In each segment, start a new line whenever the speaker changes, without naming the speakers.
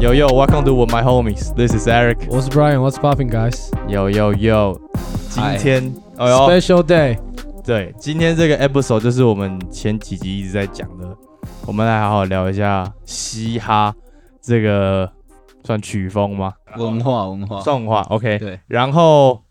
Yo yo, welcome to with my homies. This is Eric.
我是 Brian，What's popping, guys?
Yo yo yo，今
嗨
天，哎呦，
Special day，
对，今天这个 episode 就是我们前几集一直在讲的，我们来好好聊一下嘻哈这个算曲风吗？
文化
哦
文
哦
化，
算文化，OK。
对，
然后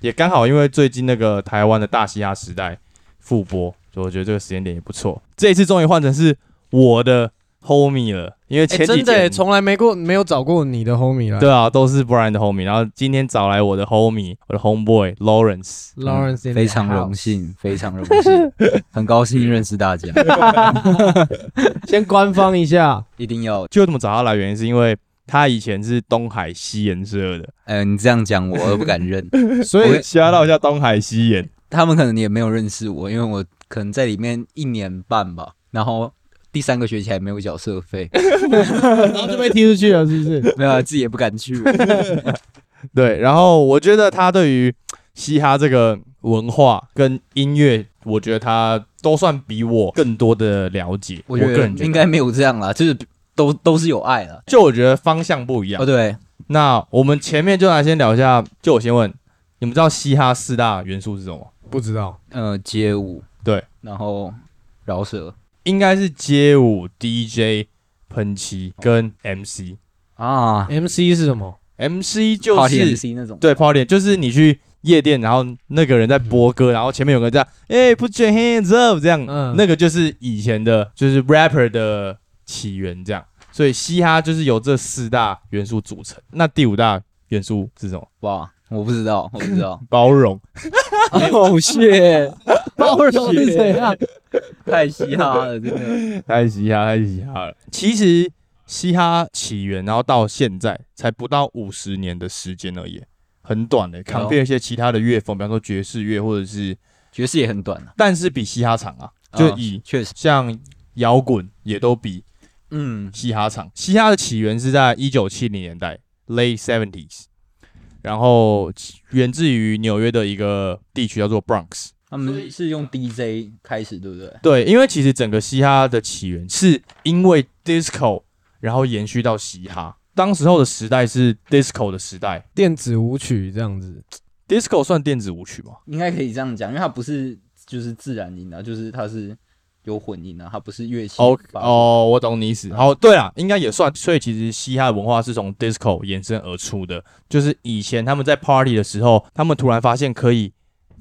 也刚好因为最近那个台湾的大嘻哈时代复播，所以我觉得这个时间点也不错。这一次终于换成是我的 homie 了，因为
哎、
前几
真
天、
的耶从来没过没有找过你的 homie 来。
对啊，都是 Brian 的 homie，然后今天找来我的 homie，我的 homeboy Lawrence。嗯
，Lawrence，in the
非常
house
荣。幸，非常荣 幸，很高兴认识大家。
先官方一下，
一定要，
就这么找他来，原因是因为他以前是东海西研社 的，
呃，你这样讲我都不敢 认。
所以
吓到一下东海西研。
他们可能也没有认识我，因为我可能在里面一年半吧，然后第三个学期还没有缴社费，
然后就被踢出去了，是不是？
没有啊，自己也不敢去。
对，然后我觉得他对于嘻哈这个文化跟音乐，我觉得他都算比我更多的了解。 我
我觉
个
得
人觉
应
得，
该没有这样啦，就是都都是有爱啦。
就我觉得方向不一样。
哦，对，
那我们前面就来先聊一下，就我先问，你们知道嘻哈四大元素是什么吗？
不知道，
呃，街舞，
对，
然后饶舌
应该是街舞、DJ、喷漆跟 MC。
啊
MC 是什 么？
MC 就是
，Party MC 那种，
对 party，就是你去夜店，然后那个人在播歌，然后前面有个人这样，哎、p u t your hands up 这样，
嗯
那个就是以前的，就是 rapper 的起源这样。所以嘻哈就是由这四大元素组成。那第五大元素是什么？，
哇，我不知道，我不知道
包容。
Oh,
哦，谢，
Oh,
包容是怎样？
太嘻哈了，真的。
太嘻哈，太嘻哈了。其实嘻哈起源，然后到现在才不到五十年的时间而已，很短的。
哎呦
compare 一些其他的乐风，比方说爵士乐或者是，
爵士也很短啊，
但是比嘻哈长啊，就以
确实，
像摇滚也都比
嗯，
嘻哈长。嘻哈的起源是在一九七零年代 （late seventies），然后源自于纽约的一个地区叫做 Bronx。
他们是用 DJ 开始，对不对？
对，因为其实整个嘻哈的起源是因为 disco，然后延续到嘻哈。当时候的时代是 disco 的时代
电子舞曲这样子，
，disco 算电子舞曲吗？
应该可以这样讲，因为它不是就是自然音啊，就是它是有混音啊，它不是乐器。
哦哦，我懂你意思。好，对啦，应该也算。所以其实嘻哈文化是从 disco 衍生而出的，就是以前他们在 party 的时候，他们突然发现可以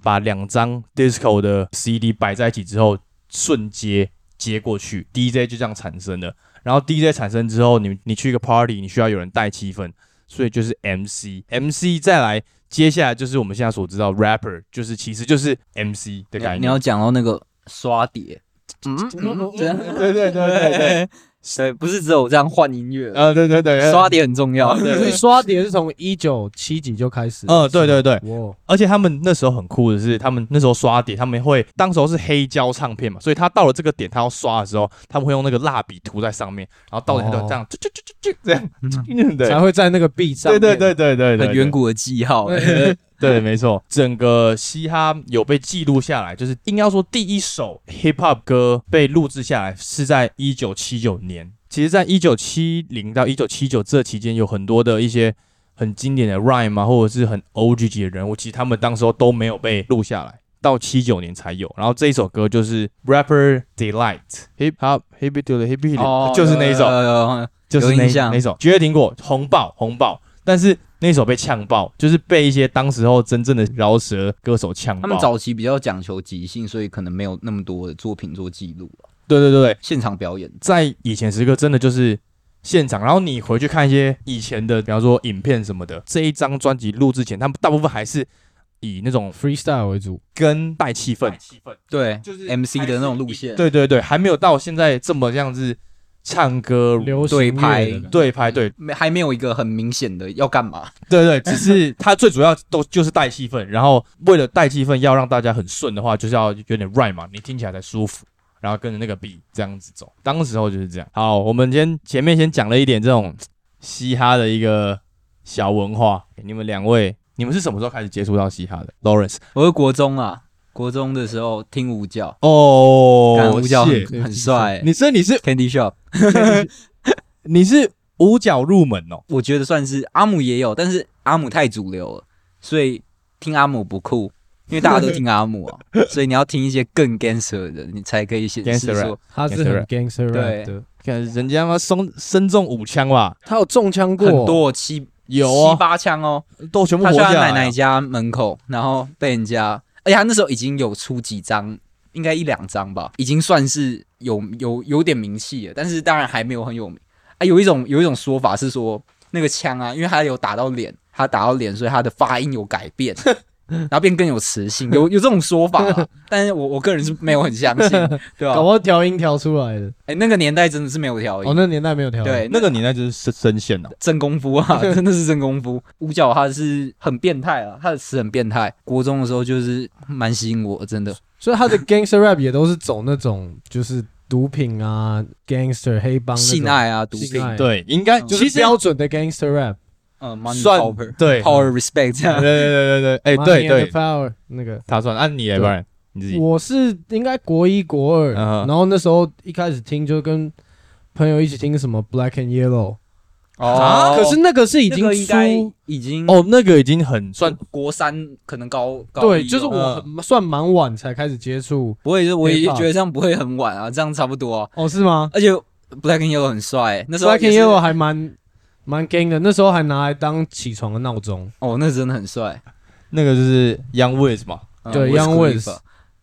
把两张 disco 的 CD 摆在一起之后，瞬接接过去，DJ 就这样产生的。然后 DJ 产生之后，你你去一个 party，你需要有人带气氛，所以就是 MC，MC 再来。接下来就是我们现在所知道 rapper，就是其实就是 MC 的
你
概
要
念。
你要讲到那个刷碟，这样
对对对对对，
对，不是只有这样换音乐，
呃对对对，
刷碟很重要。
所以刷碟是从一九七几就开始。
呃对对对，
哇，
而且他们那时候很酷的是，他们那时候刷碟，他们会当时候是黑胶唱片嘛，所以他到了这个点，他要刷的时候，他们会用那个蜡笔涂在上面，然后到点他就这
哦
样，啾啾啾啾啾这样，对
才会在那个 B 上
对
面。
对对对对对，
很嗯远古的记号，
对。
对，没错，整个嘻哈有被记录下来，就是硬要说第一首 hip hop 歌被录制下来是在一九七九年。其实，在一九七零到一九七九这期间，有很多的一些很经典的 rhyme 啊，或者是很 O G 级的人物，其实他们当时候都没有被录下来，到七九年才有。然后这一首歌就是 rapper delight hip hop hip to the hip
哦
hop，就是 那一首。
有有有有
就是
有
那
印象
那首，绝对听过，红爆红爆，但是那首被呛爆，就是被一些当时候真正的饶舌歌手呛爆。
他们早期比较讲求即兴，所以可能没有那么多的作品做记录啊
对对对对，
现场表演
在以前时刻真的就是现场，然后你回去看一些以前的，比方说影片什么的，这一张专辑录之前，他们大部分还是以那种
freestyle 为主，
跟带气氛，
对
就是
MC 的那种路线，
对对对，还没有到现在这么样子唱歌。
流行
对
乐
拍
的感觉
对拍对
没还没有一个很明显的要干嘛，
对对，只是他最主要都就是带气氛，然后为了带气氛要让大家很顺的话，就是要有点 rhyme 嘛，你听起来才舒服，然后跟着那个 beat 这样子走。当时候就是这样。好，我们先前面先讲了一点这种嘻哈的一个小文化。你们两位，你们是什么时候开始接触到嘻哈的？Lawrence，
我是国中啊，国中的时候听舞教，干
哦
舞教
谢
很很帅欸、
你所以你是
Candy Shop，
你是五角入门哦，
我觉得算是阿姆也有，但是阿姆太主流了，所以听阿姆不酷，因为大家都听 阿姆啊，所以你要听一些更 gangster 的，你才可以显示
Gangster
说
他是
Gangster
很
rap
gangster rap 的，
看人家嘛身身中五枪吧，
他有中枪过，
很多七
有
七
哦，
八枪哦，
都全部
他
活
去
下
他奶
来
奶
啊。
家门口，然后被人家，而且他那时候已经有出几张，应该一两张吧，已经算是有有有点名气了，但是当然还没有很有名啊。有一种有一种说法是说，那个枪啊，因为他有打到脸，他打到脸，所以他的发音有改变。然后变更有磁性，有有这种说法、啊，但是我我个人是没有很相信，对吧、
搞不好调音调出来的。
哎、那个年代真的是没有调音，
哦，那年代没有调音，
对，
那个年代就是深深陷了，
真功夫 啊，真的是真功夫。五角他是很变态啊，他的词很变态。国中的时候就是蛮吸引我，真的。
所以 他的 gangster rap 也都是走那种就是毒品啊、gangster 黑帮那种
性，爱啊，毒
性
品，
爱，
对，应该
嗯
就是
哎其实
标准的 gangster rap。
嗯，money
算
power，
对
power respect 这
对对
样。
对对对，哎，对
Money and
对，
power 那个。
他算按你来，
对
不然你自己
我是应该国一国二，
嗯哼
然后那时候一开始听就跟朋友一起听什么 Black and Yellow，、
啊
可是那个是已
已
经
经哦应该
出
已经
哦，那个已经很算
国三，可能高高一
对，
了
就是我
嗯
很算蛮晚才开始接触，
不会，我也
Hip-hop
觉得这样不会很晚啊，这样差不多啊。
哦是吗
而且 Black and Yellow 很帅、那时候
？Black 啊
也
and
是
Yellow 还蛮蛮 gang 的，那时候还拿来当起床的闹钟，
哦，那真的很帅。
那个就是 Young Wiz 嘛，
嗯
对
Wiz
Young
Khalifa
Wiz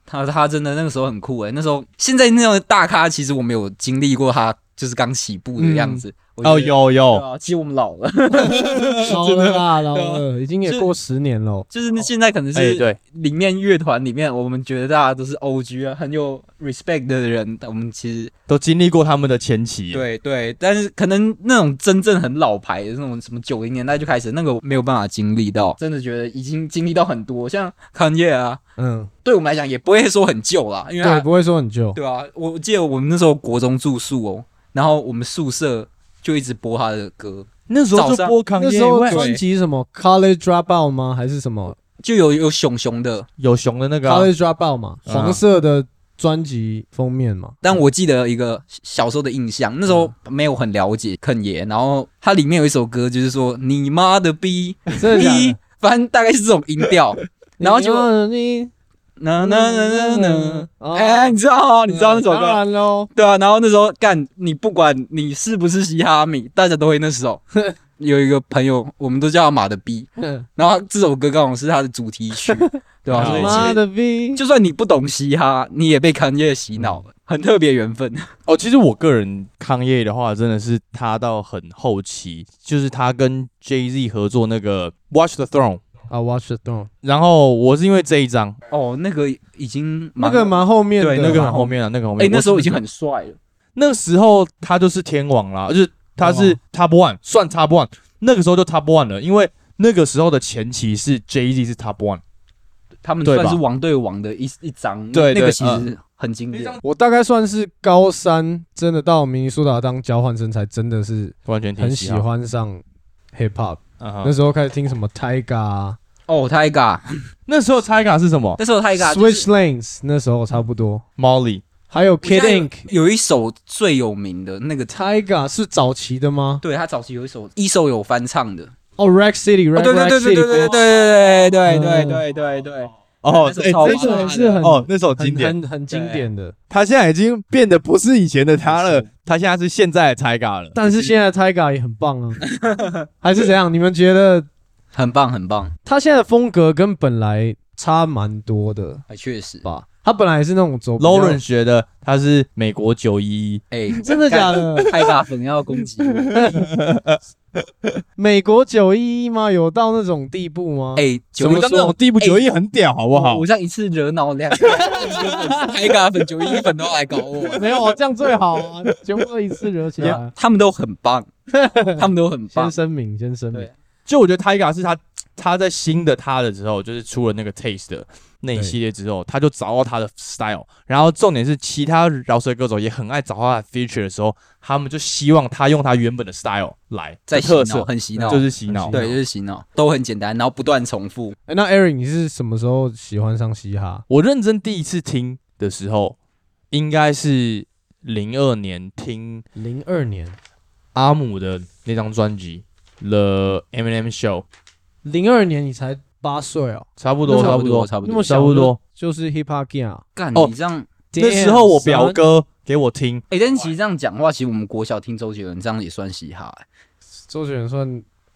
他他真的那个时候很酷哎、那时候现在那种大咖，其实我没有经历过他就是刚起步的样子。我觉得
哦，有
对
有，
啊，其实我们老了，
老了啦，老了，已经也
就
过十年了。
就是那现在可能
哎
是
对，
里面乐团里面，我们觉得大家都是 O G 啊，很有 respect 的人。我们其实
都经历过他们的前期，啊
对对，但是可能那种真正很老牌的那种什么九零年代就开始，那个我没有办法经历到，真的觉得已经经历到很多，像 Kanye 啊，
嗯，
对我们来讲也不会说很旧啦，因为他
对，不会说很旧。
对啊，我记得我们那时候国中住宿哦，然后我们宿舍就一直播他的歌，
那时候就播康
那时
耶
候
喂
专辑什么 College Dropout 吗？还是什么
就有有熊熊的，
有熊的那个啊，
College Dropout 嘛？
嗯
啊
黄色的专辑封面 嘛？
但我记得一个小时候的印象，那时候
嗯
没有很了解肯爷，然后它里面有一首歌就是说你妈的逼，
真的假
逼
的？，
反正大概是这种音 调，然后就嗯
你
呐呐呐呐
哦
呐，哎，你知道哦，你知道那首
嗯当
歌。
然喽，
对啊，然后那时候干，你不管你是不是嘻哈迷，大家都会那首。 有一个朋友，我们都叫他马的逼，然后这首歌刚好是他的主题 曲，对吧、
好
所以
妈
其实
的逼！
就算你不懂嘻哈，你也被康业洗脑了，很特别缘分。
哦，其实我个人康业的话，真的是他到很后期，就是他跟 Jay Z 合作那个《Watch the Throne》，
啊，Watch the Throne，
然后我是因为这一张，
哦，那个已经
那
蛮
个蛮后面的，
对
那个很
蛮
后面啊，那个后
哎、
面，
那时候已经
我是
很帅了。
那时候他就是天王啦，就是他是 Top One，算 Top One，那个时候就 Top One 了，因为那个时候的前期是 Jay Z 是 Top One，
他们
对吧
算是王对王的一一张，
对对
那个其实很经典。
我大概算是高三，真的到明尼苏达当交换生，才真的是
完全挺
很喜
欢，
欢上
啊
hip hop。
嗯
那
哼，
时候开始听什么 Tiger 啊
哦，Tiger，
那时候 Tyga 是什么
那时候 Tiger 就是
Switch Lanes，那时候差不多，
？Molly，
还有
我现
Kid
在
Ink。
有一首最有名的那个，
Tiger 是早期的吗？
对他早期有一首一首有翻唱的。
哦，Rack City，
哦，
Rack
对对
Rack
对
City，
对对对对对对对对对对。
哦，
那时
哎
候超
这
那
棒
个也是很
哦，那首经
很
典，
很很经典的。
他现在已经变得不是以前的他了
是，
他现在是现在的 Tyga 了。
但是现在 Tiger 也很棒 啊，还是怎样？你们觉得
很棒，很棒，
他现在的风格跟本来差蛮多的
啊，确实，
吧？他本来也是那种走比较
Lauren 学的，他是美国九一一，
哎，
真的假 的？
太大粉要攻击我，
美国九一一吗？有到那种地步吗？
哎，
什么叫那种地步？
哎
九一很屌，好不好
我？这样一次惹恼两个 太大粉、九一粉都来搞我，
没有啊，这样最好啊，全部都一次惹 起来。
他们都很棒，他们都很
先
棒，
声明，先声明
对，
就我觉得 Tyga 是他他在新的他的时候，就是出了那个 Taste 的那一系列之后，他就找到他的 style。然后重点是，其他饶舌歌手也很爱找他的 feature 的时候，他们就希望他用他原本的 style 来
在洗
特
脑，
色，
很洗脑，
就是洗脑。
对，就是洗脑，都很简单，然后不断重复。
哎，那 Eric，你是什么时候喜欢上嘻哈？
我认真第一次听的时候，应该是零二年听
零二年，
阿姆的那张专辑《The Eminem Show》，
零二年你才八岁哦，
差不多，
差
差
不
不
多
多，
差不
那
多
么小
差不多
就就是 hip hop gang 啊。
干，
哦
你这样，
那时候我表
Damn, son，
哥给我听，
哎、但是其实这样讲话，其实我们国小听周杰伦这样也算嘻哈、欸，
周杰伦算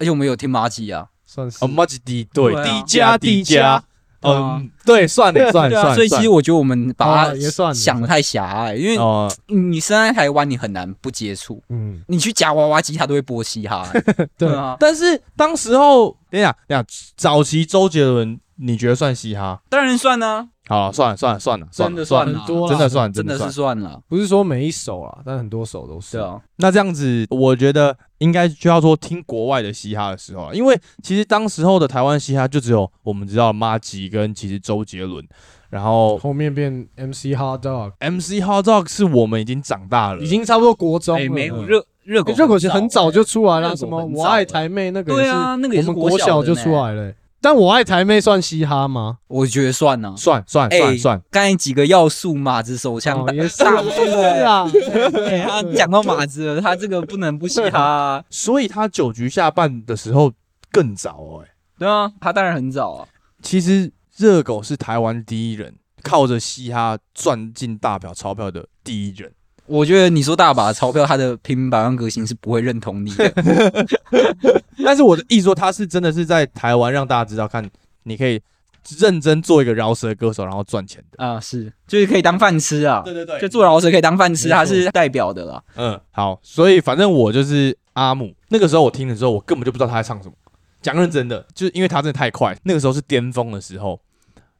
而且我们有听马吉啊，
算是
哦，马吉迪，对
对啊，
迪迦，迪迦，
对啊
嗯，哦对，算 了，算
对
了，算
啊，所
了，
以其
算哦
实
了，
我觉得我们把
啊
它
也算
想的太狭隘，因为
哦，
你生在台湾，你很难不接触。
嗯，
你去夹娃娃机，他都会播嘻哈、欸
对
啊，
但是当时候，等一下，等一下，早期周杰伦，你觉得算嘻哈？
当然算啊，
好了，算了，算了，算了，
真的
算了，
啦
很多
真
啦
的算，
啊真
的
的
算
是。算了。
不是说每一首啊，但很多首都是
对。啊，
那这样子，我觉得应该就要说听国外的嘻哈的时候啊，因为其实当时候的台湾嘻哈就只有我们知道马吉跟其实周杰伦，然后
后面变 MC Hot
啊
Dog，
MC Hot Dog 是我们已经长大了，
已经差不多国中
哎、
了。
没有
嗯
热热狗
欸
很早
热
欸，
狗其实很早就出来
热
了，
狗
什么
很
我
早
爱
欸
台妹那个也
对
是
啊，那个也
我
是
们国
小
小
的
就
呢
出，来了欸。但我爱台妹算嘻哈吗？
我觉得算了、
算算
哎
算算，
刚才几个要素，马子手枪、
哦也是
大
也 是啊，
对他讲到马子了，他这个不能不嘻哈、啊。
所以他九局下半的时候更早哦、欸
对啊，他当然很早啊。
其实热狗是台湾第一人，靠着嘻哈赚进大票钞票的第一人。
我觉得你说大把钞票，他的平民百万革新是不会认同 你的。
但是我的意思说，他是真的是在台湾让大家知道，看你可以认真做一个饶舌歌手，然后赚钱的。
啊，是，就是可以当饭吃啊，
对对
就做饶舌可以当饭吃，
没错
他是代表的啦。
嗯，好，所以反正我就是阿姆。那个时候我听的时候，我根本就不知道他在唱什么。讲认真的，就是因为他真的太快，那个时候是巅峰的时候，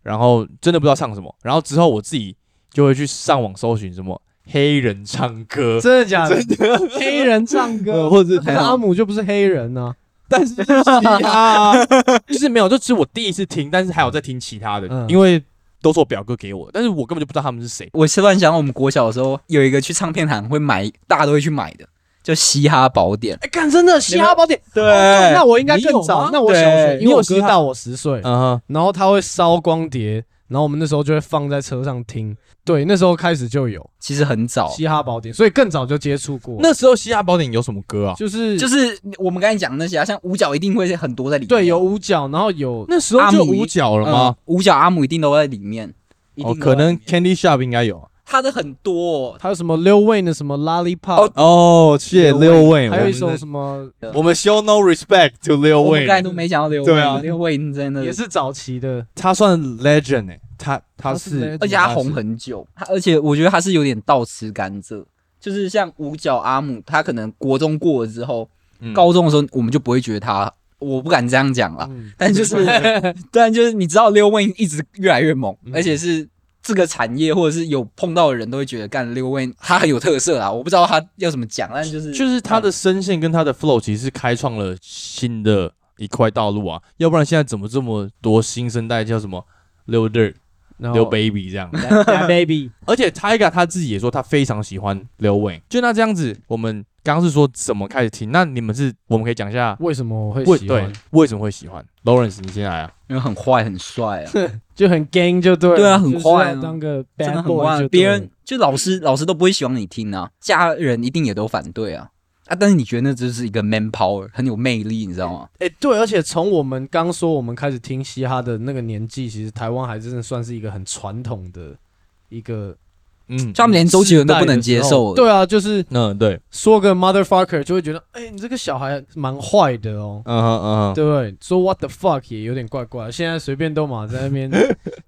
然后真的不知道唱什么。然后之后我自己就会去上网搜寻什么黑人唱歌，
真的假的？黑人唱
呃
歌，
或者是
可是阿姆就不是黑人呢。
但 是就是嘻哈啊，就是没有，就是我第一次听，但是还有在听其他的，
嗯
因为都是我表哥给我的，但是我根本就不知道他们是谁。
我是乱想，我们国小的时候有一个去唱片行会买，大家都会去买的，叫嘻哈宝典。
哎，干真的嘻哈宝典，
对
哦那我应该
你有
更早
吗，
那我小学，
对
因为我
你有嘻
哥
哈
大我十岁，
嗯哼，
然后他会烧光碟，然后我们那时候就会放在车上听。对，那时候开始就有
其实很早，啊
嘻哈宝典，所以更早就接触过。
那时候嘻哈宝典有什么歌啊？
就是
就是我们刚才讲那些啊，像五角一定会很多在里面。
对有五角，然后有
那时候就五角了
嗯
吗？
五角阿姆一定都在里面，一定
哦，
都在
可
里面
能 Candy Shop 应该有啊。
他的很多、哦。
还有什么 Lil Wayne 的什么 Lollipop，
哦，谢谢
六位
Lil Wayne，
还有一
我
首
们
什么
我们 show no respect to Lil
哦我们刚才
Wayne，
都没讲到刘
对啊
伟，刘伟真的
也，是早期的，
他算 legend 哎，他他
他是
是嗯
legend
而且他红很久，他而且我觉得他是有点倒吃甘蔗，就是像五角阿姆，他可能国中过了之后，
嗯
高中的时候我们就不会觉得他，我不敢这样讲啦，
嗯，
但就是 但就是你知道刘伟一直越来越猛，
嗯
而且是。这个产业或者是有碰到的人都会觉得干刘伟他很有特色啊，我不知道他要怎么讲，但就是
就是他的声线跟他的 flow 其实是开创了新的一块道路啊，要不然现在怎么这么多新生代叫什么 Lil Dirt？
然后
刘 Baby 这样。
Baby，
而且 Tiger 他自己也说他非常喜欢刘伟。就那这样子，我们刚刚是说怎么开始听，那你们是我们可以讲一下
为什么我会
为
喜
对
欢？
为什么会喜欢 Lawrence？你先来啊，
因为很坏很帅啊，
就很 gang 就对了，
对啊很
就是要
坏啊
当个
真的
bad
很啊
boy
乱
就，
别人就老师老师都不会希望你听啊，家人一定也都反对啊啊！但是你觉得那就是一个 man power，很有魅力，你知道吗？
哎、对，而且从我们刚说我们开始听嘻哈的那个年纪，其实台湾还真的算是一个很传统的一个，
嗯
就，他们连周杰伦都不能接受，
对啊，就是
嗯，对，
说个 motherfucker 就会觉得，哎、你这个小孩蛮坏的哦。
嗯哼嗯哼，
对不对？说 what the fuck 也有点怪怪，现在随便都嘛在那 边
啊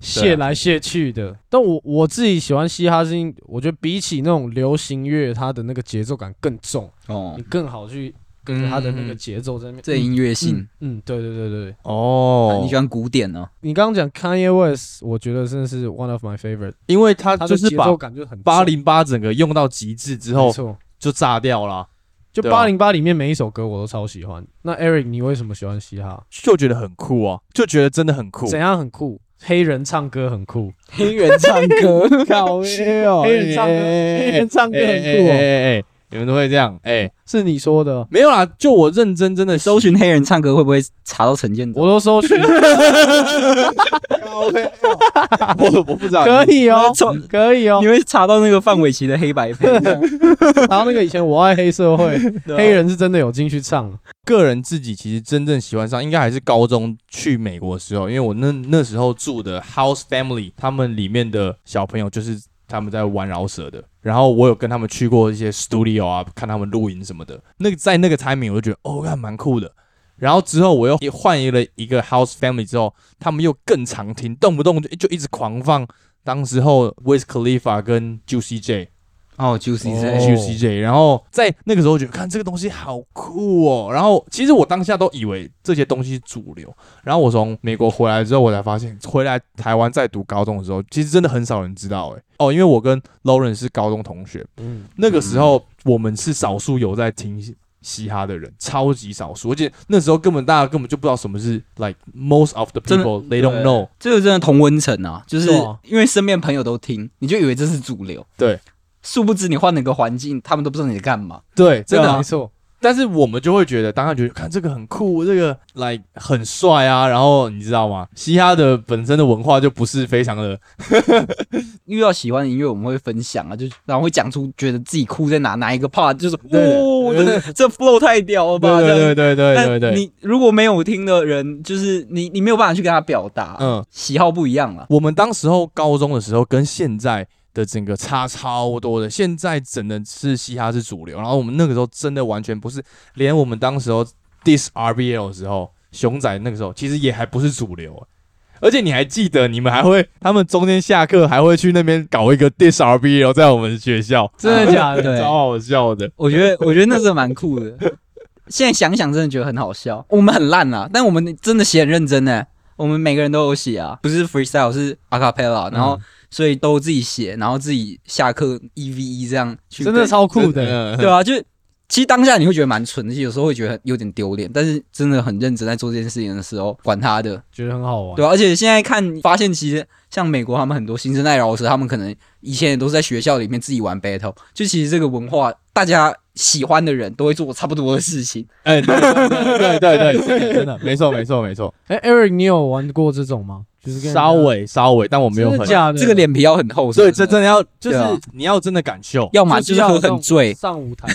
卸来卸去的。但我我自己喜欢嘻哈，是因我觉得比起那种流行乐，它的那个节奏感更重，
哦
你，更好去跟着它的那个
嗯
节奏在那边。
这音乐性，
嗯，嗯，对对对对对。
啊
哦
你喜，欢古典呢、
你刚刚讲 Kanye West，我觉得真的是 one of my favorite，
因为他
他
就
的
是
节
把
奏感就很重
八零八整个用到极致之
没
后
错，
就炸掉了，
就
对啊
八零八里面每一首歌我都超喜欢。那 Eric，你为什么喜欢嘻哈？
就觉得很酷啊，就觉得真的很酷。
怎样很酷？黑人唱歌很酷，
黑人唱歌，靠黑哦
黑人唱歌，黑人唱歌
哎
很
哎
酷
哎
哦，
哎哎，你们都会这样哎、
是你说的。
没有啦，就我认真真的
搜寻黑人唱歌会不会查到陈建州？
我都搜寻，
哦我我不知道，
可以哦
你从，
可以哦
你。会查到那个范玮琪的黑白配，
然后那个以前我爱黑社会，
啊
黑人是真的有进去唱，
个人自己其实真正喜欢上，应该还是高中去美国的时候，因为我那那时候住的 house family，他们里面的小朋友就是他们在玩饶舌的，然后我有跟他们去过一些 studio 啊，看他们录音什么的。那个在那个 timing 我就觉得哦，看蛮酷的。然后之后我又也换一了一个 house family 之后，他们又更常听，动不动就就一直狂放。当时候 Wiz Khalifa 跟 Juicy J，
哦，Juicy
哦
J，
H C J，然后在那个时候觉得看这个东西好酷哦，然后其实我当下都以为这些东西是主流，然后我从美国回来之后，我才发现回来台湾在读高中的时候，其实真的很少人知道诶。哦，因为我跟 Lauren 是高中同学，
嗯，
那个时候我们是少数有在听嘻哈的人，超级少数，而且那时候根本大家根本就不知道什么是 like most of the
真的
people they don't know，
这个真的同温层啊，就是
对啊
因为身边朋友都听，你就以为这是主流，
对
殊不知你换了个环境，他们都不知道你在干嘛。
对，啊真的
没错，
但是我们就会觉得，当然觉得看这个很酷，这个 like 很帅啊。然后你知道吗？嘻哈的本身的文化就不是非常的，
遇到喜欢的音乐，我们会分享啊，就然后会讲出觉得自己酷在哪哪一个 part，就是哇、
对
哦，真的这 flow 太屌了吧？这样
对对对对对
但
对，
你如果没有听的人，就是你你没有办法去跟他表达，
嗯，
喜好不一样啊了。
我们当时候高中的时候跟现在的整个差超多的，现在整的是嘻哈是主流，然后我们那个时候真的完全不是，连我们当时候 dis RBL 的时候，熊仔那个时候其实也还不是主流、而且你还记得，你们还会，他们中间下课还会去那边搞一个 dis RBL，在我们学校，
真的假的？
对
超好笑的。
我觉得我 觉得那是蛮酷的，现在想想真的觉得很好笑。我们很烂啊，但我们真的写很认真呢、我们每个人都有写啊，不是 freestyle 是 a
嗯
cappella，然后、所以都自己写，然后自己下课一 v E 一这样去
真的
跟
超酷的，
嗯
对啊，就其实当下你会觉得蛮蠢的，有时候会觉得有点丢脸，但是真的很认真在做这件事情的时候，管他的，
觉得很好玩。
对啊。而且现在看发现，其实像美国他们很多新生代饶舌，他们可能以前也都是在学校里面自己玩 battle，就其实这个文化，大家喜欢的人都会做差不多的事情。
哎，对对对对对，真 的，没错没错没错，
哎，Eric，你有玩过这种吗？就是跟人家
稍微稍微，但我没有
真
很
的，假的，
这个脸皮要很厚，
所以这真
真的
的要就是
对啊
你要真的敢 秀。
要么
就
就是是
要
喝
有那种
很醉，
上舞台，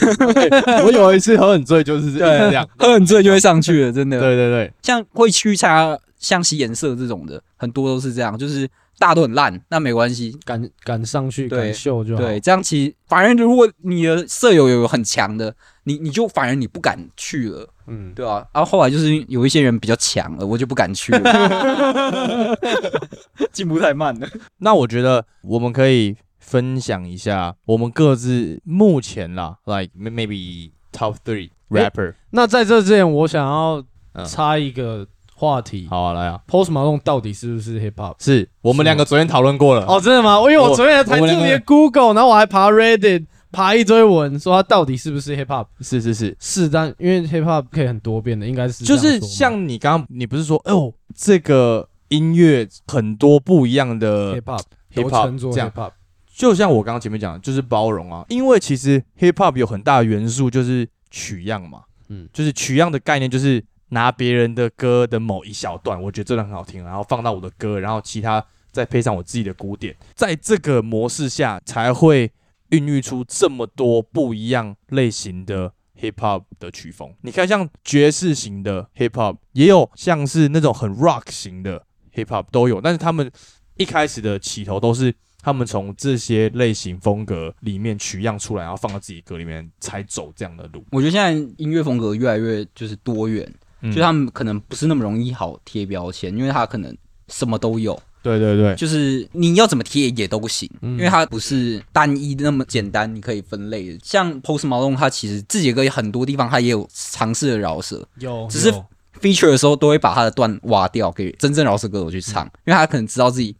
我有一次喝很醉，就是这样。
喝很醉就会上去了，真的。
对对对，
像会去参加像洗颜色这种的，很多都是这样，就是大家都很烂，那没关系。
敢敢上去，
对
敢秀就好。
对，这样其实反而如果你的舍友有很强的，你你就反而你不敢去了，
嗯，
对啊？然后后来就是有一些人比较强了，我就不敢去了， 进步太慢了。
那我觉得我们可以分享一下我们各自目前啦，like maybe top three rapper。
那在这之前，我想要
嗯
插一个话题
好啊，来啊，
，Post Malone 到底是不是 Hip Hop？
是我们两个昨天讨论过了。
哦，真的吗？因为我
我
昨天才
呃我们
特
两个
别 Google，然后我还爬 Reddit，爬一堆文，说他到底是不是 Hip Hop？
是是是，
是，但因为 Hip Hop 可以很多变的，应该是
就
这
是
样说吗
像你刚刚，你不是说，哦，这个音乐很多不一样的
Hip Hop 都
呃 hip
称作
hop 这
Hip
样。
Hop，
就像我刚刚前面讲的，就是包容啊，因为其实 hip hop 有很大的元素就是取样嘛，
嗯
嗯，就是取样的概念就是拿别人的歌的某一小段，我觉得真的很好听，然后放到我的歌，然后其他再配上我自己的鼓点，在这个模式下才会孕育出这么多不一样类型的 hip hop 的曲风。你看，像爵士型的 hip hop，也有像是那种很 rock 型的 hip hop 都有，但是他们一开始的起头都是他们从这些类型风格里面取样出来，然后放到自己歌里面才走这样的路。
我觉得现在音乐风格越来越就是多元，
嗯
就他们可能不是那么容易好贴标签，因为他可能什么都有。
对对对，
就是你要怎么贴也都行，
嗯
因为它不是单一那么简单，你可以分类的。像 Post Malone，他其实自己的歌很多地方他也有尝试的饶舌
有
只是
有
feature 的时候，都会把他的段挖掉，给真正饶舌歌手去唱，因为他可能知道自己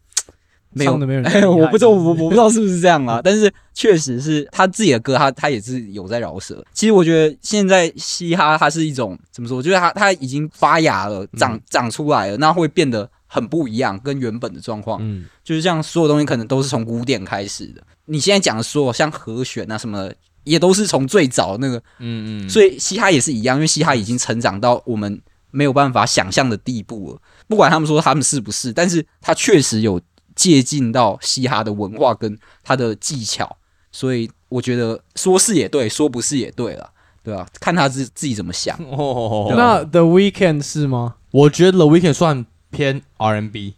没有
唱的没有人厉
哎，
害，
我不知道，我我不知道是不是这样啊，但是确实是他自己的歌他，他也是有在饶舌。其实我觉得现在嘻哈它是一种怎么说？我觉得它它已经发芽了，长长出来了，那会变得很不一样，跟原本的状况。
嗯，
就是像所有东西可能都是从古典开始的。你现在讲的所有像和弦啊什么的，也都是从最早那个，
嗯嗯，
所以嘻哈也是一样，因为嘻哈已经成长到我们没有办法想象的地步了。不管他们说他们是不是，但是他确实有借近到嘻哈的文化跟他的技巧，所以我觉得说是也对，说不是也对了，对吧、啊看他自自己怎么想。
哦，
那 The Weeknd 是吗？
我觉得 The Weeknd 算偏 R&B，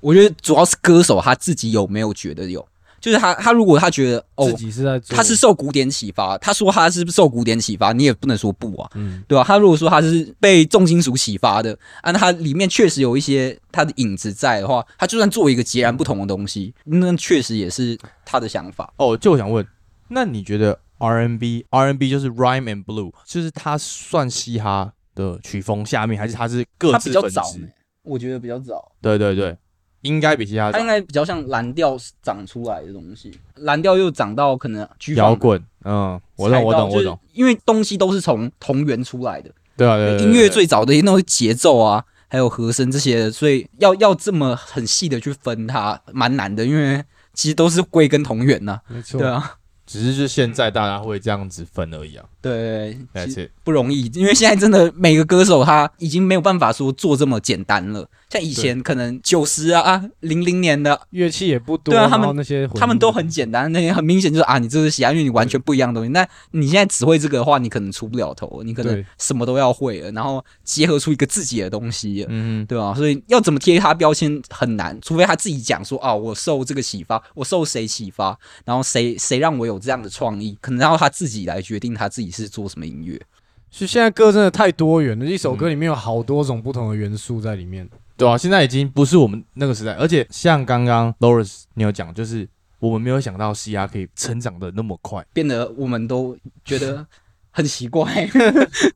我觉得主要是歌手他自己有没有觉得有，就是他他如果他觉得哦
自，己是在做，
他是受古典启发，他说他是受古典启发，你也不能说不啊，
嗯
对吧、他如果说他是被重金属启发的，啊，那他里面确实有一些他的影子在的话，他就算做一个截然不同的东西，那确实也是他的想法。
哦，就我想问，那你觉得 R&B R&B 就是 Rhyme and Blue，就是它算嘻哈的曲风下面，还是它是各
他
自
比较
分
早
支
呢？，我觉得比较早，
对对对，应该比嘻哈
他
早
应。该比较像蓝调长出来的东西，蓝调又长到可能居
摇滚，嗯，我懂我懂我懂，，
因为东西都是从同源出来的。
对啊对对，
音乐最早的那种节奏啊，还有和声这些的，所以要要这么很细的去分它，蛮难的，因为其实都是归根同源呐、
没错
对，啊，
只是就现在大家会这样子分而已啊
对，其实
，That's it。
不容易，因为现在真的每个歌手他已经没有办法说做这么简单了，像以前可能九十啊啊零零年的。
乐器也不多，
对啊他们
然后那些
他们都很简单，那些很明显就是啊，你这是喜欢，因为你完全不一样的东西。那你现在只会这个的话，你可能出不了头，你可能
对
什么都要会了，然后结合出一个自己的东西了
嗯，
对啊，所以要怎么贴他标签很难，除非他自己讲说啊，我受这个启发，我受谁启发，然后谁谁让我有这样的创意，可能然后他自己来决定他自己是做什么音乐。
是现在歌真的太多元了，一首歌里面有好多种不同的元素在里面。
对啊，现在已经不是我们那个时代，而且像刚刚 Loris 你有讲，就是我们没有想到嘻哈可以成长的那么快。
变得我们都觉得很奇 怪，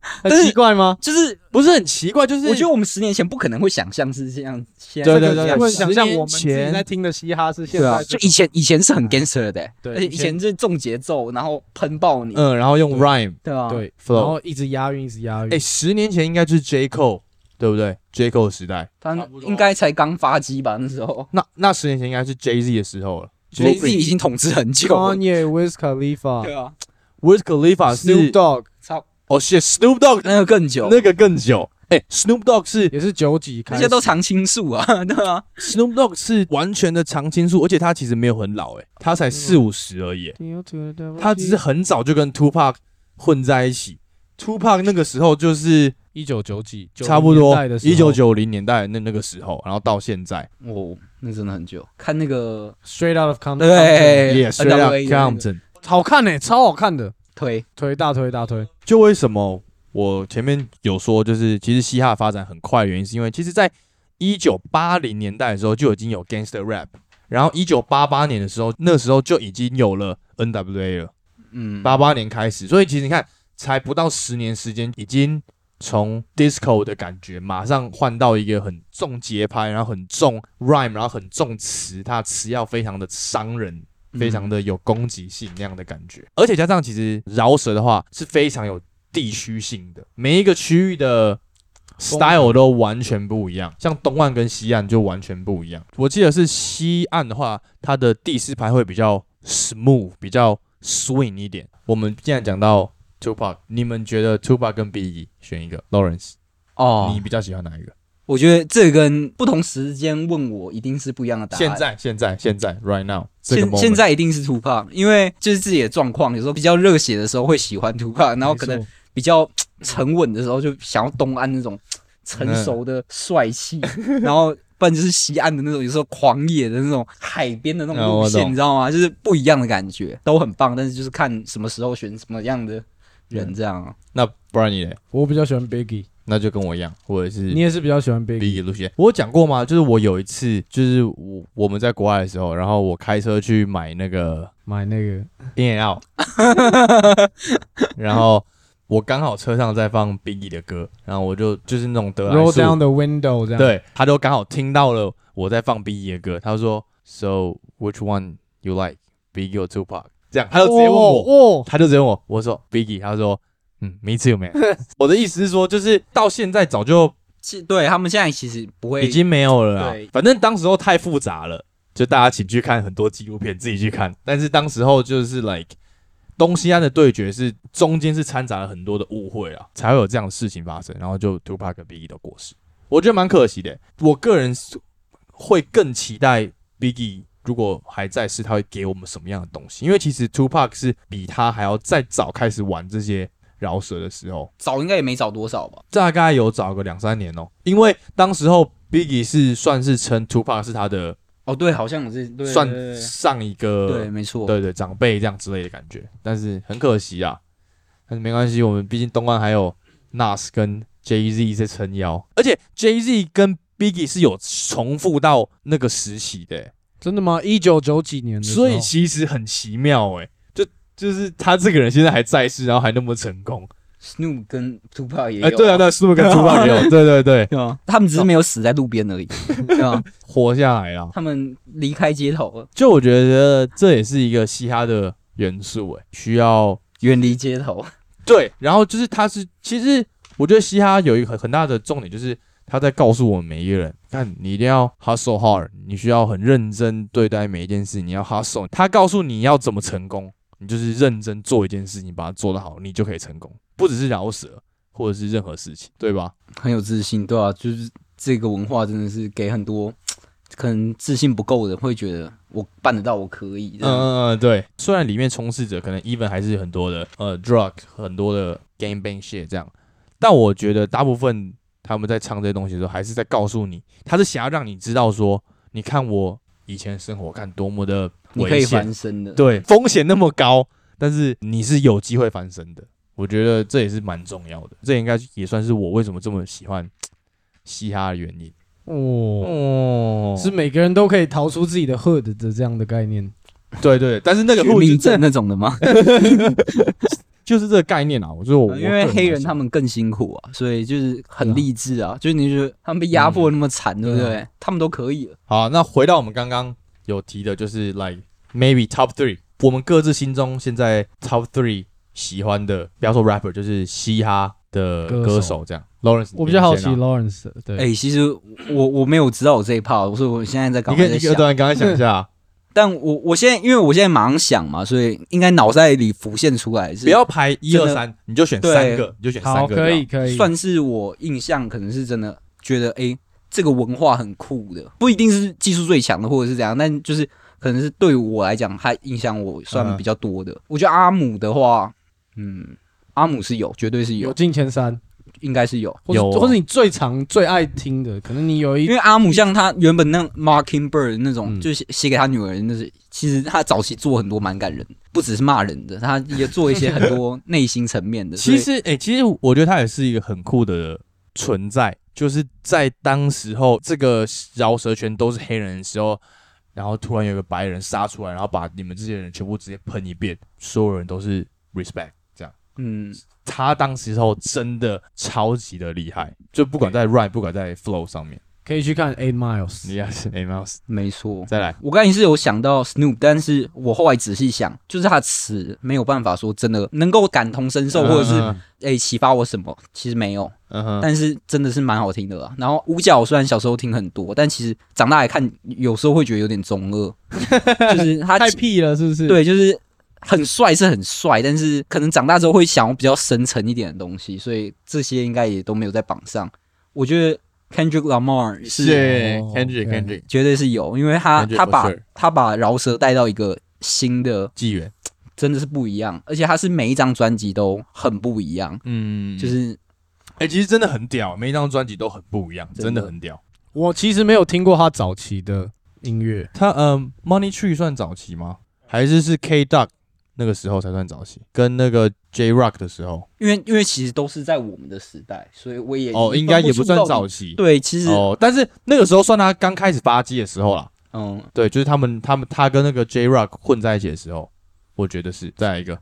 很
但是
奇怪吗？
就是
不是很奇怪，就是
我觉得我们十年前不可能会想象是这样，现在
对
就
对
是
对
这
对
样
因
会
为
想
10
象
年
我们自己
前
在听的嘻哈是现
对啊
在，
就
最
以前以前是很 gangster
哎
的、
对
而且
以
以
前
前是重节奏，然后喷爆你，
嗯，然后用 rhyme，
对吧、啊？，
对，
flow
然后一直押韵，一直押韵
哎，。十年前应该就是 J Cole，对不对？J Cole 时代，
他
差不多
应该才刚发机吧那时候
那那十年前应该是 Jay Z 的时候了。
，Jay Z 已经统治很久
哦
了，
Kanye、Wiz Khalifa、
对啊，
w i t Khalifa
Snoop
是
Dogg
超
哦，shit，Snoop Dogg
那个更久，
那个更久。哎，Snoop Dogg 是
也是九几开
那
始，
些都常青树啊， 对啊，
Snoop Dogg 是完全的常青树，而且他其实没有很老，哎，他
嗯
才四五十而已，哎他只是很早就跟 Tupac 混在一起。Tupac 那个时候就是
一九九几，
差不多一
一
九九零年代的那那个时候，然后到现在，
哦，那真的很久。看那个
Straight Out of Compton，
对
也啊
NWA 的那个
Compton。
好看呢，超好看的，
推，
推大推大推，
就为什么我前面有说，就是其实嘻哈发展很快，原因是因为其实在一九八零年代的时候就已经有 Gangster Rap，然后一九八八年的时候，那时候就已经有了 NWA 了。
嗯，
八八年开始，所以其实你看，才不到十年时间，已经从 disco 的感觉马上换到一个很重节拍，然后很重 rhyme，然后很重词，它的词要非常的伤人。非常的有攻击性那样的感觉，而且加上其实饶舌的话是非常有地区性的，每一个区域的 style 都完全不一样，像东岸跟西岸就完全不一样。我记得是西岸的话，它的第四拍会比较 smooth，比较 swing 一点。我们现在讲到 Tupac，你们觉得 Tupac 跟 Biggie 选一个，Lawrence，、
哦
你，比较喜欢哪一个？
我觉得这跟不同时间问我一定是不一样的答案。
现在，现在，现在，right now，这个
现
moment
现在一定是 Tupac，因为就是自己的状况，有时候比较热血的时候会喜欢 Tupac，然后可能
没错
比较
嗯
沉稳的时候就想要东岸那种成熟的帅气， 然后不然就是西岸的那种有时候狂野的那种海边的那种
嗯我
路线，
懂
你知道吗？就是不一样的感觉，都很棒，但是就是看什么时候选什么样的
嗯
人这样啊。
那不然你嘞？
我比较喜欢 Biggie，
那就跟我一样，我也是
你也是比较喜欢 Biggie，
Biggie 路线。我有讲过吗？就是我有一次，就是我我们在国外的时候，然后我开车去买那个
买那个
In and Out，然后我刚好车上在放 Biggie 的歌，然后我就就是那种得
Roll
来
Down
速，
the Window 这样，
对他都刚好听到了我在放 Biggie E 的歌，他就说 So which one you like, Biggie or Tupac？这样，他就直接问我，
哦，哦
他就直接问我，我说 Biggie，他说嗯，Me too man。我的意思是说，就是到现在早就
其对他们现在其实不会
已经没有了啦
对。
反正当时候太复杂了，就大家请去看很多纪录片，自己去看。但是当时候就是 like 东西岸的对决是中间是掺杂了很多的误会啊，才会有这样的事情发生，然后就 Tupac 跟 Biggie 都过世，我觉得蛮可惜的。我个人是会更期待 Biggie。如果还在世，他会给我们什么样的东西？因为其实 Tupac 是比他还要再早开始玩这些饶舌的时候，
找应该也没找多少吧。
大概有找个两三年哦，因为当时候 Biggie 是算是称 Tupac 是他的
哦，对，好像是对
算
对对
上一
对
个
对，没错，
对对长辈这样之类的感觉，但是很可惜啊，但是没关系，我们毕竟东岸还有 Nas 跟 Jay Z 在撑腰，而且 Jay Z 跟 Biggie 是有重复到那个时期的欸、
真的吗？一九九几年的时候，
所以 其实很奇妙哎、就就是他这个人现在还在世，然后还那么成功，
Snoop 跟 Tupac 也有、
哎、对啊，对啊，是不是跟 Tupac 也有？ 对对对，
对啊，他们只是没有死在路边而已， 对啊，
活下来啊。
他们离开街头了，
就我觉得这也是一个嘻哈的元素，诶，需要
远离街头，
对，然后就是它是，其实我觉得嘻哈有一个很很大的重点，就是他在告诉我们每一个人，看你一定要 hustle hard，你需要很认真对待每一件事，你要 hustle，他告诉你要怎么成功，你就是认真做一件事情，把它做得好，你就可以成功，不只是饶舌或者是任何事情，对吧？
很有自信，对啊，就是这个文化真的是给很多可能自信不够的人会觉得我办得到，我可以，
嗯
嗯，
嗯嗯，对。虽然里面充斥着可能 even 还是很多的呃 drug 很多的 game bang shit 这样，但我觉得大部分他们在唱这些东西的时候，还是在告诉你，他是想要让你知道说，你看我以前生活看多么的
你可
危
以
险
翻，身的，
对，风险那么高，但是你是有机会翻身的。我觉得这也是蛮重要的，这应该也算是我为什么这么喜欢嘻哈的原因。
哦，
哦
是每个人都可以逃出自己的 hood 的这样的概念。
对对，但是那个
绝
护
命症那种的吗？
就是这个概念啊，我觉得哦我
因为黑人他
们。
们更辛苦啊，所以就是很励志啊，就是你觉得他们被压迫那么惨，
嗯
对不
对啊
对？他们都可以了，
好，那回到我们刚刚有提的，就是 like maybe top three，我们各自心中现在 top three 喜欢的，不要说 rapper，就是嘻哈的
歌手
歌手这样。Lawrence，
我比较好奇
你先啊
Lawrence，对，
哎，其实我我没有知道我这一 part，所以我现在在搞
你可以，你
在
可以
想。
对，你刚才想一下 啊，
但我我现在因为我现在马上想嘛，所以应该脑袋里浮现出来是
不要排一
真
二
的
三，你就选三个，你就选三
好，
个，啊
可以，。可以，
算是我印象可能是真的觉得诶，这个文化很酷的，不一定是技术最强的或者是怎样，但就是可能是对我来讲，它影响我
嗯
算比较多的。我觉得阿姆的话，嗯，阿姆是有，绝对是
有
有，
进前三，
应该是有。
或者
有哦
或者你最常最爱听的，可能你有一
因为阿姆像他原本那 Mockingbird 那种，
嗯
就是写写给他女儿的那是，其实他早期做很多蛮感人，不只是骂人的，他也做一些很多内心层面的。所以
其实，哎、其实我觉得他也是一个很酷的存在，就是在当时候这个饶舌圈都是黑人的时候，然后突然有个白人杀出来，然后把你们这些人全部直接喷一遍，所有人都是 respect 这样。
嗯，
他当时候真的超级的厉害，就不管在 rap，不管在 flow 上面，
可以去看 Eight Miles，
你也是 a m o s
没错。
再来，
我刚才是有想到 Snoop，但是我后来仔细想，就是他的词没有办法说真的能够感同身受，或者是
嗯
诶启发我什么，其实没有。
嗯哼，
但是真的是蛮好听的啦。然后五角虽然小时候听很多，但其实长大来看，有时候会觉得有点中二，就是他
太屁了，是不是？，
对，就是很帅是很帅，但是可能长大之后会想要比较深沉一点的东西，所以这些应该也都没有在榜上。我觉得 Kendrick Lamar 是
是
哦
Kendrick
OK
Kendrick
绝对是有，因为他
Kendrick
他
不
把
是
他把饶舌带到一个新的，
纪元，
真的是不一样，而且他是每一张专辑都很不一样，
嗯，
就是
哎、其实真的很屌，每一张专辑都很不一样，
真的
真的很屌。
我其实没有听过他早期的音乐，
他嗯，Money Tree 算早期吗？还是是 K Duck 那个时候才算早期？跟那个 J Rock 的时候？
因为因为其实都是在我们的时代，所以我也
哦，应该也不算早。期。
对，其实、
哦，但是那个时候算他刚开始发迹的时候啦。
嗯，
对，就是他们他们他跟那个 J Rock 混在一起的时候，我觉得是。再来一个，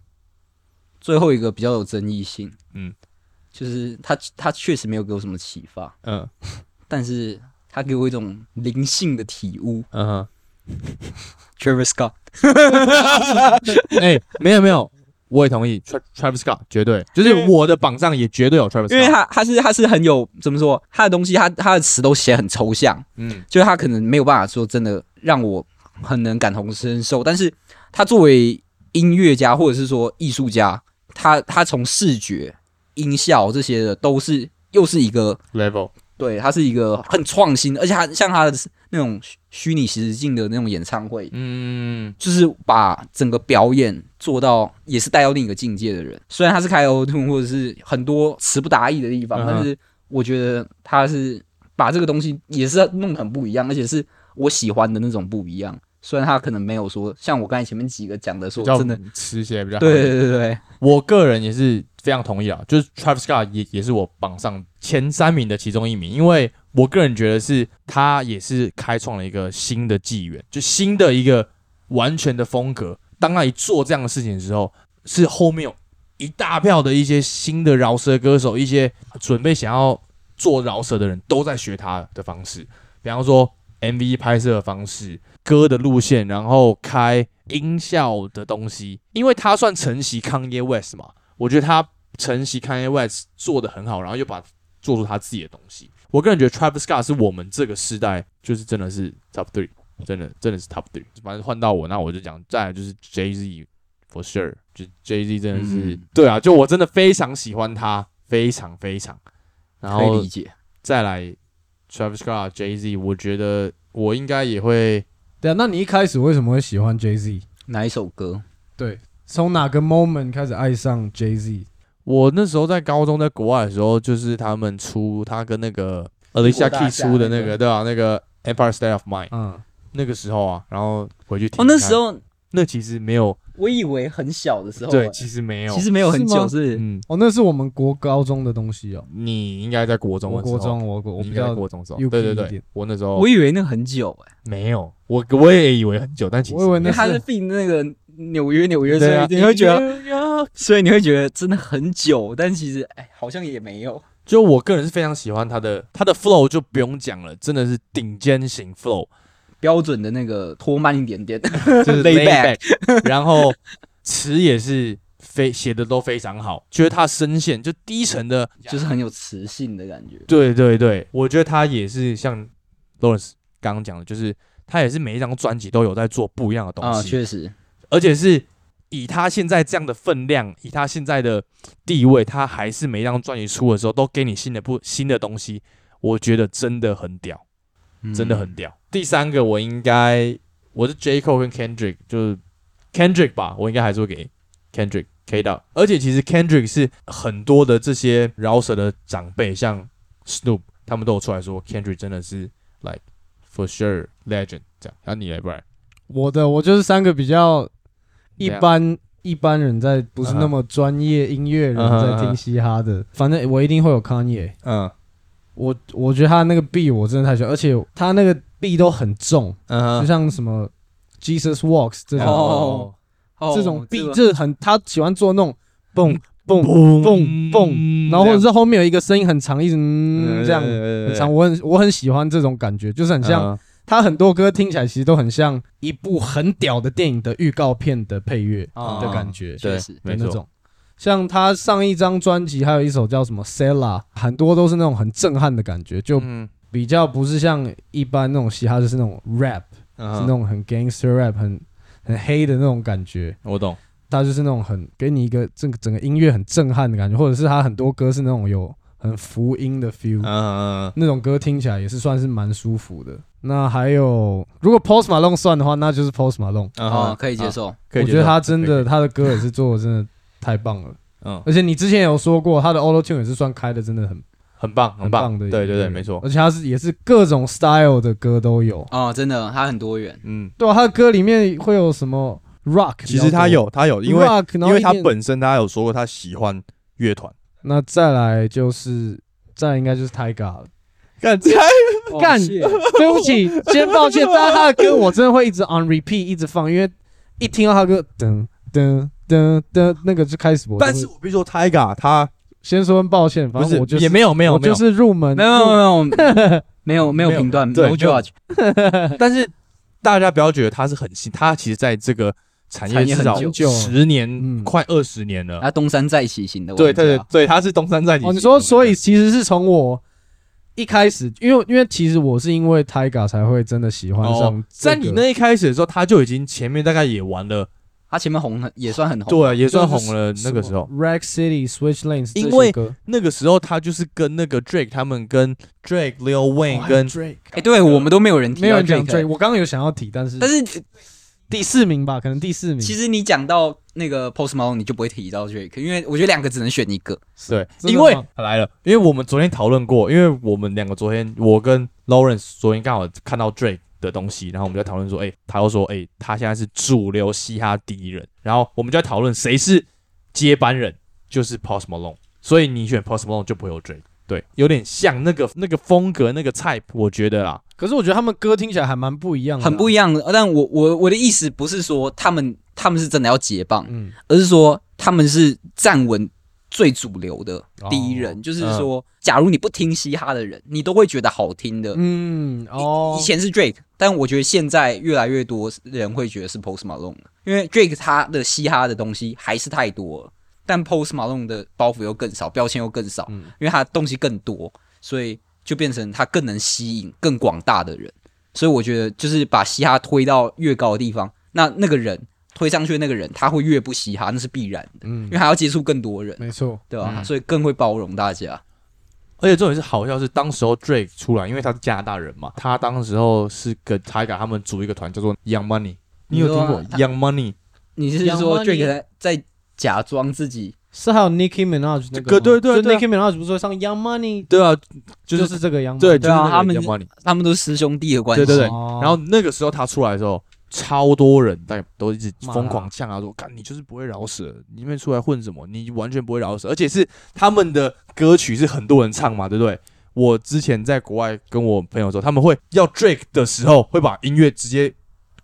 最后一个比较有争议性，
嗯
嗯，就是他他确实没有给我什么启发，
嗯
但是他给我一种灵性的体悟，
嗯哼，
Travis Scott，
哎、没有没有，我也同意，Tra Travis Scott 绝对，就是我的榜上也绝对有 Travis
因为
Scott。
他他是他是很有怎么说，他的东西他他的词都写很抽象，
嗯，
就是他可能没有办法说真的让我很能感同身受，但是他作为音乐家或者是说艺术家，他他从视觉、音效这些的都是又是一个
level
对，他是一个很创新，而且他像他的那种虚虚拟实境的那种演唱会，
嗯，
就是把整个表演做到也是带到另一个境界的人。虽然他是开 O t 或者是很多词不达意的地方，
嗯哼
但是我觉得他是把这个东西也是弄得很不一样，而且是我喜欢的那种不一样。虽然他可能没有说像我刚才前面几个讲的说
比较
真的，
吃些比较好
对对对对，
我个人也是非常同意啊，就是 Travis Scott 也也是我榜上前三名的其中一名，因为我个人觉得是他也是开创了一个新的纪元，就新的一个完全的风格。当他一做这样的事情的时候，是后面有一大票的一些新的饶舌歌手，一些准备想要做饶舌的人都在学他的方式，比方说 MV 拍摄的方式、歌的路线，然后开音效的东西，因为他算承袭 Kanye West 嘛，我觉得他承袭 Kanye West 做的很好，然后又把做出他自己的东西。我个人觉得 Travis Scott 是我们这个时代就是真的是 top three，真的真的是 top three。反正换到我，那我就讲，再来就是 Jay Z for sure，就 Jay Z 真的是、
嗯
对啊，就我真的非常喜欢他，非常非常。然
可以
后
理解。
再来 Travis Scott、Jay Z，我觉得我应该也会
对啊，那你一开始为什么会喜欢 Jay Z？
哪一首歌？
对，从哪个 moment 开始爱上 Jay Z？
我那时候在高中，在国外的时候，就是他们出他跟那个 Alicia
大
Keys
厦
出的那
那
个，
个
对啊，那个 Empire State of Mind
嗯，
那个时候啊，然后回去听看。
哦，那时候
那其实没有，
我以为很小的时
啊
候，啊
对，，其实没有，
其实没有很
是
久，
吗
是
嗯，
哦，那是我们国高中的东西哦。
你应该在国中
我
的时
国
候，
中，我国我
你
比
应该在
较，
国中的时候，
幼
对对
稚一
对
点，
我那时候
我以为那很久哎、
没有，我我也以为很久，但其实
我以为
因
没
那
有
为他是 f 那个纽约纽约，所
对啊
以你会觉得，
得
所以你会觉得真的很久，但其实哎，好像也没有。
就我个人是非常喜欢他的，他的 flow 就不用讲了，真的是顶尖型 flow，
标准的那个拖慢一点点，
就是
Lay
lay back 然后词也是非写的都非常好，觉得他声线就低沉的，
就是很有磁性的感觉。
对对对，我觉得他也是像 Lawrence 刚刚讲的，就是他也是每一张专辑都有在做不一样的东
啊，
西，
确实，
而且是以他现在这样的分量，以他现在的地位，他还是每一张专辑出的时候都给你新的不新的东西，我觉得真的很屌。
嗯
真的很屌。第三个我应该我是 J Cole 跟 Kendrick，就是 Kendrick 吧，我应该还是会给 Kendrick K 到。而且其实 Kendrick 是很多的这些饶舌的长辈，像 Snoop 他们都有出来说 Kendrick 真的是 like for sure legend 这样。然后你来不然
我的我就是三个比较一
啊
般一般人在不是那么专业音乐
嗯
人
哼
在听嘻哈的，反正我一定会有 Kanye。
嗯
我我觉得他那个 B 我真的太喜欢，而且他那个 B 都很重，就
嗯哼，
像什么 Jesus Walks 这种
哦哦
这种 B
这个
就是很他喜欢做 那种蹦蹦蹦蹦，
嗯
然后或者是后面有一个声音很长，一直嗯这样很长。我很我很喜欢这种感觉，就是很
嗯
像他很多歌听起来其实都很像一部很屌的电影的预告片的配乐
哦
的感觉
对
确实，
嗯没
的那
错，
种。像他上一张专辑还有一首叫什么《Sella》，很多都是那种很震撼的感觉，就
嗯
比较不是像一般那种嘻哈，就是那种 rap，是那
嗯，
种很 gangster rap，很很黑的那种感觉。
我懂。
他就是那种很给你一个整个整个音乐很震撼的感觉，或者是他很多歌是那种有很福音的 feel，、
嗯
那种歌听起来也是算是蛮舒服的。那还有，如果 Post Malone 算的话，那就是 Post Malone。
嗯
哦可以接，受，
我
我觉得他真的他的歌也是做的真的太棒了，
嗯
而且你之前有说过他的 Auto Tune 也是算开的，真的很
很棒
很
棒
棒的一个
对
人。
对对，没错。
而且他是也是各种 style 的歌都有，
哦，真的，它很多元。
嗯，
对啊，他的歌里面会有什么 rock，比
其
较
实他
多
有，他有，因为
rock，
因
然后
为
一
他
点
本身他有说过他喜欢乐团。
那再来就是再来应该就是 Tiger 了。
干这
干
哦谢
对不起，先抱歉。但是他的歌我真的会一直 on repeat 一直放，因为一听到他的歌噔噔噔噔，那个就开始我就会。
但是我必须说，Tiger 他
先说声抱歉，
不
反正
是
我就是
也没有没有
我
没
就
有，
是入门
没有没有没有没有没有
没有
评断
对
，no judge，
但是大家不要觉得它是很新，它其实在这个产业
产业
至
很
少
久
十年，
嗯
快二十年了。
啊，东山再起型的玩啊
对
家，
对对对，它是东山再起。
哦，你说，所以其实是从我一开始，因为因为其实我是因为 Tiger 才会真的喜欢
哦
上，这
在
个、
你那一开始的时候，他就已经前面大概也玩了，
他前面红很也算很红，
对，啊也
就
算
是
红了。那个时候，
Rack City Switch Lanes，
因为那个时候他就是跟那个 Drake 他们跟 Drake、Lil Wayne 跟
哦 Drake
哎，对我们都没有人提到
啊没有人讲
Drake
Drake，我刚刚有想要提，但是
但是
第四名吧，可能第四名。
其实你讲到那个 Post Malone，你就不会提到 Drake，因为我觉得两个只能选一个。
对，
真的
因为
吗
来了，因为我们昨天讨论过，因为我们两个昨天，我跟 Lawrence 昨天刚好看到 Drake 的东西，然后我们就在讨论说，哎、他又说，哎、他现在是主流嘻哈第一人，然后我们就在讨论谁是接班人，就是 Post Malone，所以你选 Post Malone 就不会有 Drake，对，有点像那个那个风格那个菜，我觉得啊啦，
可是我觉得他们歌听起来还蛮不一样的啊，
很不一样的。但我我我的意思不是说他们他们是真的要解棒，
嗯，
而是说他们是站稳最主流的
哦
第一人。就是说，假如你不听嘻哈的人，你都会觉得好听的。
嗯哦
以，前是 Drake，但我觉得现在越来越多人会觉得是 Post Malone，了因为 Drake 他的嘻哈的东西还是太多了，但 Post Malone 的包袱又更少，标签又更少，
嗯
因为他的东西更多，所以就变成他更能吸引更广大的人。所以我觉得就是把嘻哈推到越高的地方，那那个人推上去的那个人，他会越不嘻哈，那是必然的，
嗯
因为，他要接触更多人，
没错，
对吧、
嗯
所以更会包容大家。
而且重点是好笑是，当时候 Drake 出来，因为他是加拿大人嘛，他当时候是跟 Tiger 他们组一个团叫做 Young Money，你有听过
啊
你说
Young Money？
你是
Young
说
Money
Drake 在在假装自己
是还有 Nicki Minaj
这
那
个
个吗，
对对
就
对啊
Nicki Minaj 不是会上 Young Money，
对啊，就
就是是这个 Young，
对，就是
Money
对啊
那个
他们啊
Young
是
Money
他们都是师兄弟的关系？
对对对
哦
然后那个时候他出来的时候，超多人但都一直疯狂呛啊他说：“干，你就是不会饶舌，你们出来混什么？你完全不会饶舌。”而且是他们的歌曲是很多人唱嘛，对不对？我之前在国外跟我朋友说，他们会要 Drake 的时候，会把音乐直接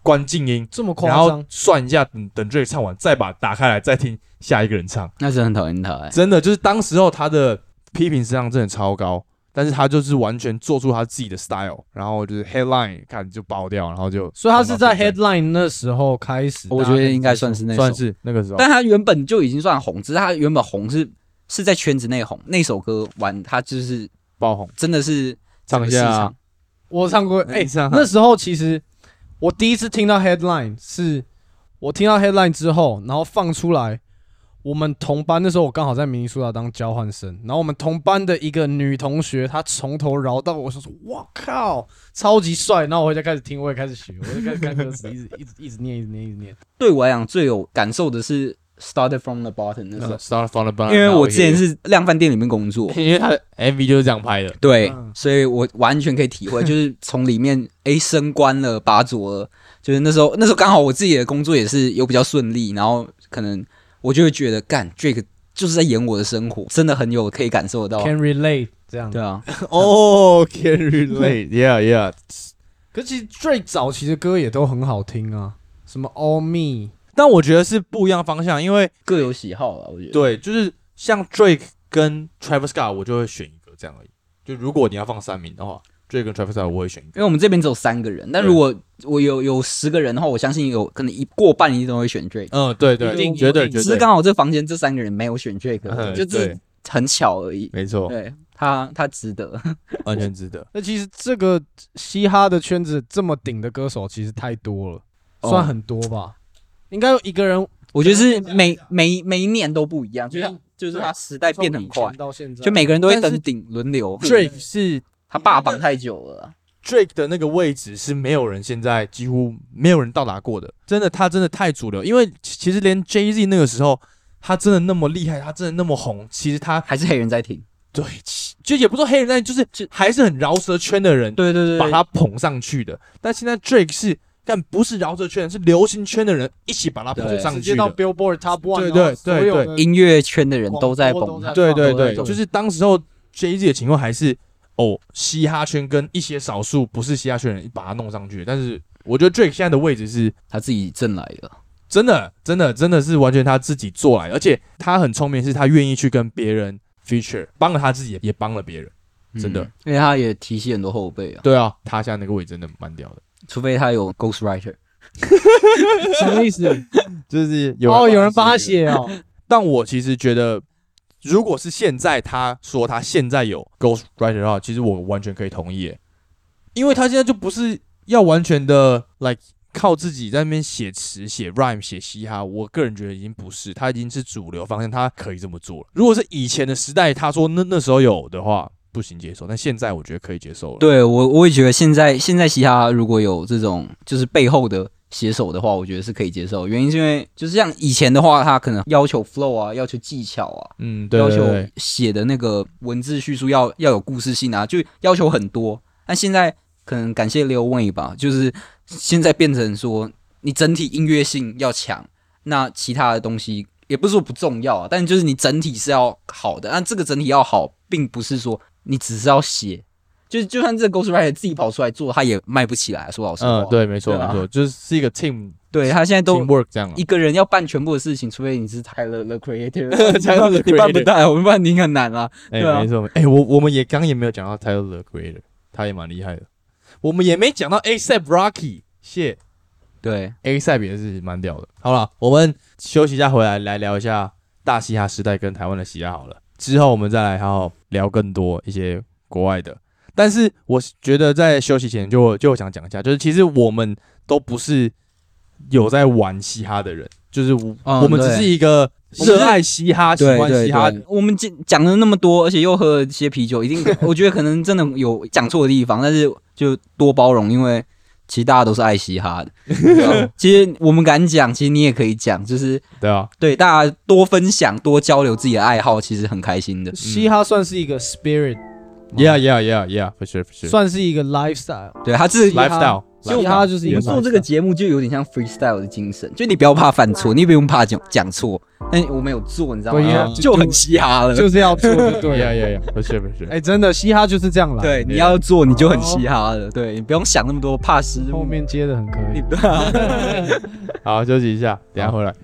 关静音，
这么夸
然后
张，
算一下，等等 Drake 唱完，再把打开来，再听下一个人唱。
那真的很讨厌他、欸。
真的就是当时候他的批评声量真的超高，但是他就是完全做出他自己的 style，然后就是 headline 看就爆掉，然后就
所以他是
冲
在
到最
Headline 那时候开始，
我觉得应该算是那
顶
首，
算是那个时候，
但他原本就已经算红，只是他原本红是是在圈子内红，那首歌完他就是
爆红，
真的是
唱一
整个市
下
场，
我唱过，哎、
唱
那时候其实我第一次听到 headline 是，我听到 headline 之后，然后放出来，我们同班那时候我刚好在明尼苏达当交换生，然后我们同班的一个女同学，她从头饶到我说说，哇靠，超级帅，然后我就开始听，我也开始学，我就开始看歌词，一直一直一直念，一直念，一直念。
对我来讲最有感受的是 Started from the bottom 那
那
首，
个 start from the bottom，
因为嗯我嗯之前是量贩店里面工作，
因为他的 MV 就是这样拍 的，
对
嗯，
所以我完全可以体会， 就是从里面哎升官了，拔擢了，就是那时候那时候刚好我自己的工作也是有比较顺利，然后可能我就会觉得干 Drake 就是在演我的生活，真的很有可以感受得到，
Can relate 这样。
对啊。
哦，can relate，yeah yeah，
可是其实最早期的歌也都很好听啊，什么 All Me，
但我觉得是不一样方向，因为
各有喜好了，我觉得。
对，就是像 Drake 跟 Travis Scott，我就会选一个这样而已，就如果你要放三名的话，Drake 跟 Travis Scott 我会选一个
因为我们这边只有三个人，但
对
如果我有有十个人的话，我相信有可能一过半一定都会选 Drake，
嗯，对对，
一定
绝对
一定
绝
只
对
是，刚好这房间这三个人没有选 Drake，、
嗯
就
对
是很巧而已。
没错，
对他，他值得。
完全值得。
那其实这个嘻哈的圈子这么顶的歌手其实太多了，
哦
算很多吧？应该有一个人
我觉得是每每每一年都不一样，就像就是他时代变得很
从以
快
前，到现在，
就每个人都会
但是
登顶轮流。
Drake 是
他霸榜太久了，啊
Drake 的那个位置是没有人现在几乎没有人到达过的，真的，他真的太主流。因为其其实连 Jay Z 那个时候，他真的那么厉害，他真的那么红，其实他
还是黑人在听。
对，其就也不说黑人，但就是
就
还是很饶舌圈的人
对对对
把他捧上去的。但现在 Drake 是但不是饶舌圈，是流行圈的人一起把他捧
对
上
直
去
接到
的。
Billboard Top One，
对
然后
对
所
对
有
对
的
音乐圈的人都在
广
捧
播
他
都。
对对
对
对，
对
就是当时候 Jay Z 的情况还是哦，嘻哈圈跟一些少数不是嘻哈圈的人把他弄上去的，但是我觉得 Drake 现在的位置是
他自己挣来的。
真的，真的，真的是完全他自己做来的，而且他很聪明，是他愿意去跟别人 feature，帮了他自己，也帮了别人。真的
嗯因为他也提携很多后辈啊。
对啊，他现在那个位置真的蛮屌的。
除非他有 ghost writer。
什么意 思？
就是有
哦，有人帮他，写哦，
但我其实觉得。如果是现在他说他现在有 Ghost Writer 的话，其实我完全可以同意耶，因为他现在就不是要完全的 like 靠自己在那边写词、写 rhyme、写嘻哈。我个人觉得已经不是，他已经是主流方向，他可以这么做了。如果是以前的时代，他说那那时候有的话不行接受，但现在我觉得可以接受了。
对我，我也觉得现在现在嘻哈如果有这种就是背后的写手的话，我觉得是可以接受。原因是因为就是像以前的话，他可能要求 flow 啊，要求技巧啊，
嗯，对
要
对
求
对，
写的那个文字叙述要要有故事性啊，就要求很多。但现在可能感谢 Lil Wayne 吧，就是现在变成说你整体音乐性要强，那其他的东西也不是说不重要啊，但就是你整体是要好的。那这个整体要好，并不是说你只是要写，就是就算这个 Ghostwriter 自己跑出来做，他也卖不起来。说老实话，
嗯，对，没错
对啊
没错，就是是一个 team
对他现在都
teamwork 这样啊了
一。个人要办全部的事情，除非你是 Tyler the Creator，
Tyler the
你办不
Creator
到，我们办你很难啊。
哎、
对啊
没错，哎、我我们也刚刚也没有讲到 Tyler the Creator，他也蛮厉害的。我们也没讲到 ASAP Rocky，谢
对，
ASAP 也是蛮屌的。好了，我们休息一下，回来来聊一下大嘻哈时代跟台湾的嘻哈好了。之后我们再来好好聊更多一些国外的。但是我觉得在休息前就就想讲一下，就是其实我们都不是有在玩嘻哈的人，就是我,、
嗯
我们只
对
是一个
我们
热
是
爱嘻哈、喜
对
欢
对
嘻哈
对，我们讲讲了那么多，而且又喝了一些啤酒，一定 我觉得可能真的有讲错的地方，但是就多包容，因为其实大家都是爱嘻 哈的。对其实我们敢讲，其实你也可以讲，就是
对啊，
对大家多分享、多交流自己的爱好，其实很开心 的。
嘻哈算是一个 spirit，
Yeah, yeah, yeah, yeah, for sure, for sure.
算是一个 lifestyle。
对，他是
嘻哈
lifestyle，
嘻哈就是一
我
个
们做这个节目就有点像 freestyle 的精神，就你不要怕犯错，你也不用怕讲讲错，但我们有做，你知道
对
呀
吗？啊就很嘻哈了。
就是要做就 对
呀
了。
呀呀，不是不是，
哎，真的，嘻哈就是这样来。，
对，
对
你要做你就很嘻哈了，对，你不用想那么多，怕失误。
后面接的很可以
你。不要。
好，休息一下，等一下回来。